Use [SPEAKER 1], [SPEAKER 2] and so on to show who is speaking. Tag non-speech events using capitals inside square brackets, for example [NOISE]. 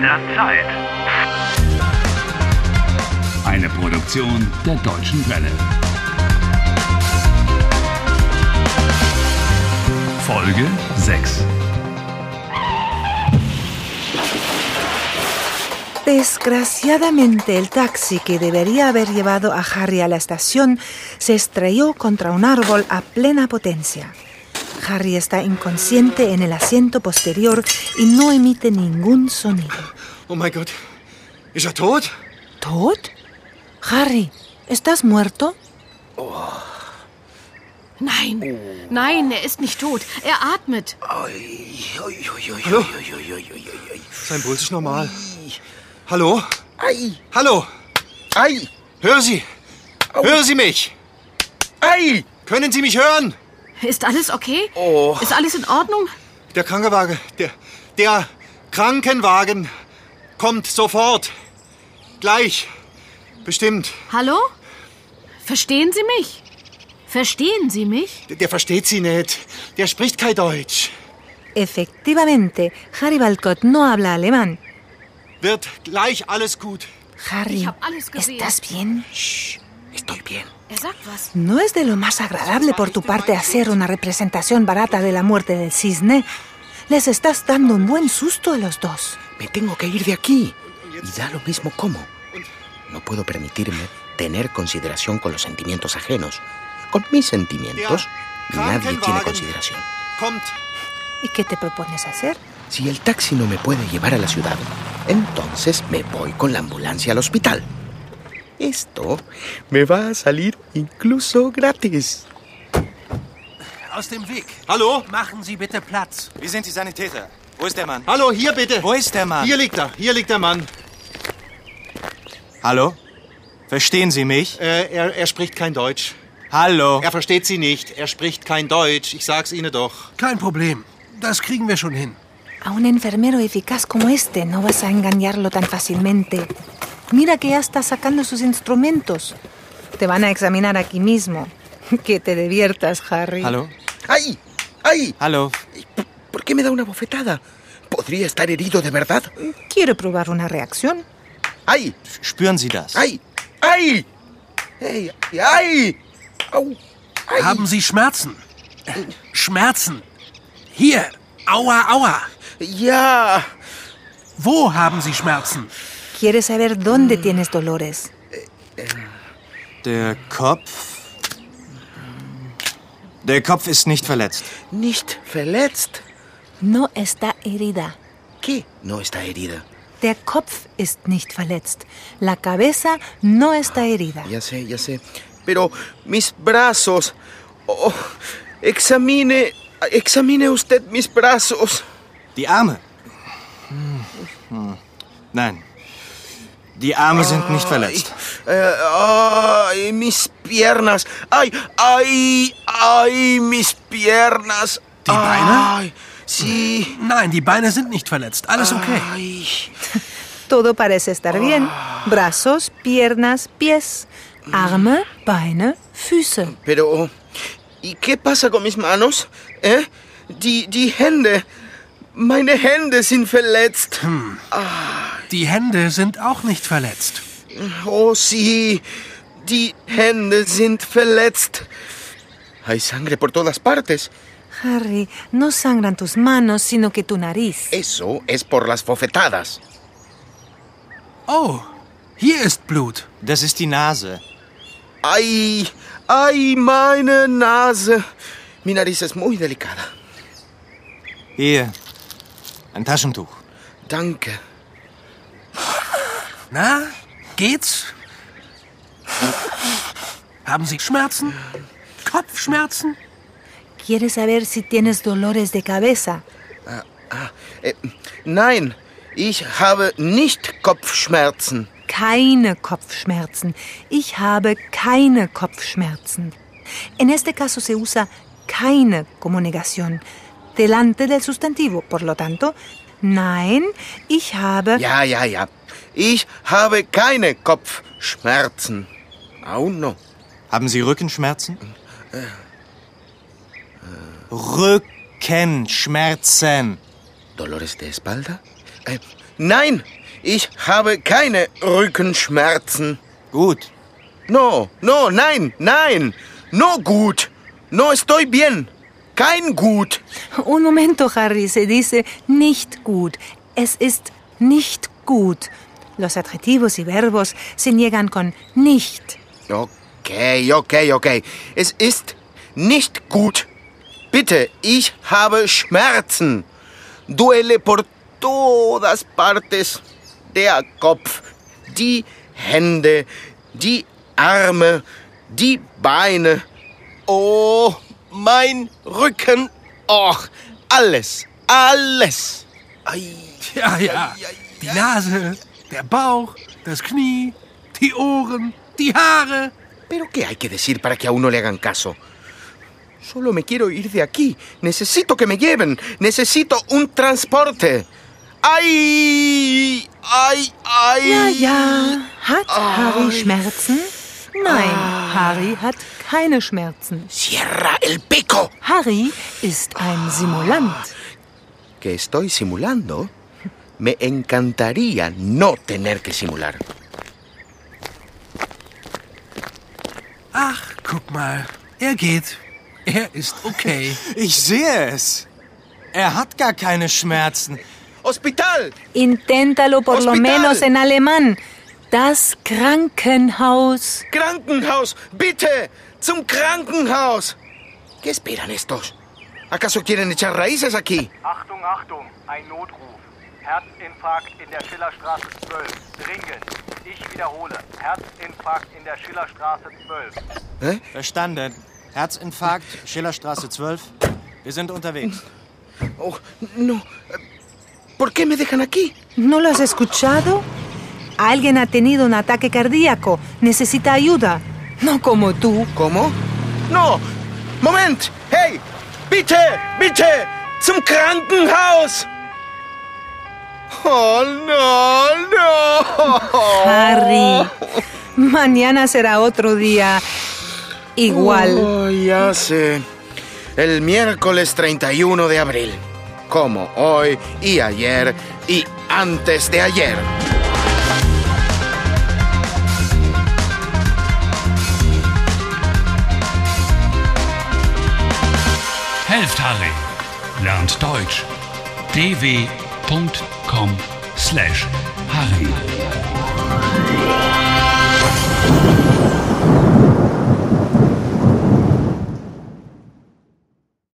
[SPEAKER 1] der Zeit.
[SPEAKER 2] Eine Produktion der Deutschen Welle. Folge 6.
[SPEAKER 3] Desgraciadamente, el taxi que debería haber llevado a Harry a la estación se estrelló contra un árbol a plena potencia. Harry está inconsciente en el asiento posterior y no emite ningún sonido.
[SPEAKER 4] Oh mein Gott. Ist er tot?
[SPEAKER 3] ¿Todd? Harry, ¿estás muerto?
[SPEAKER 5] Nein, nein, er ist nicht tot. Er atmet.
[SPEAKER 4] Hallo? Sein Puls ist normal. Hallo?
[SPEAKER 6] Ei,
[SPEAKER 4] Hallo?
[SPEAKER 6] ei,
[SPEAKER 4] Hören Sie! Hören Sie mich!
[SPEAKER 6] ei!
[SPEAKER 4] Können Sie mich hören?
[SPEAKER 5] Ist alles okay? Ist alles in Ordnung?
[SPEAKER 4] Der Krankenwagen, der, der Krankenwagen kommt sofort. Gleich. Bestimmt.
[SPEAKER 5] Hallo? Verstehen Sie mich? Verstehen Sie mich?
[SPEAKER 4] Der, der versteht Sie nicht. Der spricht kein Deutsch.
[SPEAKER 3] Efectivamente, Harry Balcott no habla alemán.
[SPEAKER 4] Wird gleich alles gut.
[SPEAKER 3] Harry,
[SPEAKER 5] Ich hab alles gesehen.
[SPEAKER 3] ¿estás bien?
[SPEAKER 6] Estoy bien.
[SPEAKER 5] Er sagt was.
[SPEAKER 3] ¿No es de lo más agradable por tu parte hacer una representación barata de la muerte del cisne? Les estás dando un buen susto a los dos.
[SPEAKER 6] Me tengo que ir de aquí. Y da lo mismo cómo. No puedo permitirme tener consideración con los sentimientos ajenos. Con mis sentimientos, nadie tiene consideración.
[SPEAKER 4] Kommt.
[SPEAKER 3] ¿Y qué te propones hacer?
[SPEAKER 6] Si el taxi no me puede llevar a la ciudad, entonces me voy con la ambulancia al hospital. Esto me va a salir incluso gratis.
[SPEAKER 7] Aus dem Weg.
[SPEAKER 4] Hallo?
[SPEAKER 7] Machen Sie bitte Platz.
[SPEAKER 8] Wir sind die Sanitäter. Wo ist der Mann?
[SPEAKER 4] Hallo, hier bitte.
[SPEAKER 8] Wo ist der Mann?
[SPEAKER 4] Hier liegt er. Hier liegt der Mann.
[SPEAKER 8] Hallo? Verstehen Sie mich?
[SPEAKER 4] Äh, er, er spricht kein Deutsch.
[SPEAKER 8] Hallo?
[SPEAKER 4] Er versteht Sie nicht. Er spricht kein Deutsch. Ich sag's Ihnen doch.
[SPEAKER 7] Kein Problem. Das kriegen wir schon hin.
[SPEAKER 3] A un enfermero eficaz como este no vas a engañarlo tan fácilmente. Mira que ya está sacando sus instrumentos. Te van a examinar aquí mismo. [LAUGHS] Que te diviertas, Harry.
[SPEAKER 8] Hallo?
[SPEAKER 6] ¡Ay! ¡Ay!
[SPEAKER 8] Hallo?
[SPEAKER 6] ¿Por qué me da una bofetada? ¿Podría estar herido de verdad?
[SPEAKER 3] Quiero probar una reacción.
[SPEAKER 6] ¡Ay!
[SPEAKER 8] Spüren Sie das?
[SPEAKER 6] ¡Ay! ¡Ay! ¡Ey! ¡Ay! ¡Au! ¡Ay!
[SPEAKER 7] Haben Sie Schmerzen? Schmerzen. Hier. Aua, aua.
[SPEAKER 6] ¡Ya!
[SPEAKER 7] Wo haben Sie Schmerzen?
[SPEAKER 3] ¿Quieres saber dónde tienes dolores?
[SPEAKER 8] Der Kopf. Der Kopf ist nicht verletzt.
[SPEAKER 6] Nicht verletzt.
[SPEAKER 3] No está herida.
[SPEAKER 6] ¿Qué? No está herida.
[SPEAKER 3] Der Kopf ist nicht verletzt. La cabeza no está herida.
[SPEAKER 6] Ya sé, ya sé. Pero mis brazos. Oh, examine, examine usted mis brazos.
[SPEAKER 8] Die Arme. Hm. Hm. Nein. Die Arme sind nicht verletzt.
[SPEAKER 6] Eh, ay, mis piernas. Ay, ay, ay, mis piernas.
[SPEAKER 7] ¿Te baila?
[SPEAKER 6] Ay, sí.
[SPEAKER 7] Nein, die Beine sind nicht verletzt. Alles okay.
[SPEAKER 6] Ay.
[SPEAKER 3] Todo parece estar bien. Brazos, piernas, pies. Arme, Beine, Füße.
[SPEAKER 6] Pero, ¿y qué pasa con mis manos? ¿Eh? Die, die Hände. Meine Hände sind verletzt.
[SPEAKER 7] Die Hände sind auch nicht verletzt.
[SPEAKER 6] Oh, sí. Die Hände sind verletzt. Hay sangre por todas partes.
[SPEAKER 3] Harry, no sangran tus manos, sino que tu nariz.
[SPEAKER 6] Eso es por las bofetadas.
[SPEAKER 7] Oh, hier ist Blut.
[SPEAKER 8] Das ist die Nase.
[SPEAKER 6] Ay, ay, meine Nase. Mi nariz es muy delicada.
[SPEAKER 8] Hier. Ein Taschentuch.
[SPEAKER 6] Danke.
[SPEAKER 7] Na, geht's? Haben Sie Schmerzen? Kopfschmerzen?
[SPEAKER 3] ¿Quieres saber si tienes dolores de cabeza?
[SPEAKER 6] Ah, eh, nein, ich habe nicht Kopfschmerzen.
[SPEAKER 3] Keine Kopfschmerzen. Ich habe keine Kopfschmerzen. En este caso se usa keine como negación, delante del sustantivo. Por lo tanto, nein, ich habe...
[SPEAKER 6] Ja, ja, ja. Ich habe keine Kopfschmerzen. Au no.
[SPEAKER 8] Haben Sie Rückenschmerzen? Äh. Rückenschmerzen.
[SPEAKER 6] ¿Dolores de espalda? Eh, Nein, ich habe keine Rückenschmerzen.
[SPEAKER 8] Gut.
[SPEAKER 6] No, no, nein, nein. No gut. No estoy bien. Kein gut.
[SPEAKER 3] Un momento, Harry, se dice nicht gut. Es ist nicht gut. Los adjetivos y verbos se niegan con nicht.
[SPEAKER 6] Okay, okay, okay. Es ist nicht gut. Bitte, ich habe Schmerzen. Duele por todas partes. Der Kopf, die Hände, die Arme, die Beine.
[SPEAKER 8] Oh, mein Rücken. Och, alles, alles.
[SPEAKER 7] Ja, ja. Die Nase, der Bauch, das Knie, die Ohren, die Haare.
[SPEAKER 6] ¿Pero qué hay que decir para que a uno le hagan caso? Solo me quiero ir de aquí. Necesito que me lleven. Necesito un transporte. ¡Ay! ¡Ay! ¡Ay!
[SPEAKER 3] Ja, ja. Hat Harry Schmerzen? Nein, Harry hat keine Schmerzen.
[SPEAKER 6] ¡Cierra el pico!
[SPEAKER 3] Harry ist ein Simulant.
[SPEAKER 6] ¿Que estoy simulando? Me encantaría no tener que simular.
[SPEAKER 7] Ach, guck mal. Er geht. Er ist okay.
[SPEAKER 8] Ich sehe es. Er hat gar keine Schmerzen.
[SPEAKER 6] ¡Hospital!
[SPEAKER 3] Inténtalo por lo
[SPEAKER 6] Hospital.
[SPEAKER 3] menos en alemán. Das Krankenhaus.
[SPEAKER 6] Krankenhaus, bitte, zum Krankenhaus. ¿Qué esperan estos? ¿Acaso quieren echar raíces aquí?
[SPEAKER 1] Achtung, Achtung, ein Notruf. Herzinfarkt in der Schillerstraße 12. Dringend. Ich wiederhole. Herzinfarkt in der Schillerstraße 12.
[SPEAKER 8] Verstanden. Herzinfarkt, Schillerstraße 12. Wir sind unterwegs.
[SPEAKER 6] Oh, no. ¿Por qué me dejan aquí?
[SPEAKER 3] ¿No lo has escuchado? Alguien ha tenido un ataque cardíaco. Necesita ayuda. No como tú.
[SPEAKER 6] ¿Cómo? No. Moment. Hey, bitte, bitte, zum Krankenhaus. Oh, no, no.
[SPEAKER 3] Harry. Mañana será otro día igual.
[SPEAKER 6] Oh, ya sé. El miércoles 31 de abril. Como hoy y ayer y antes de ayer.
[SPEAKER 2] Helft Harry. Lernt Deutsch. dw.com/harry.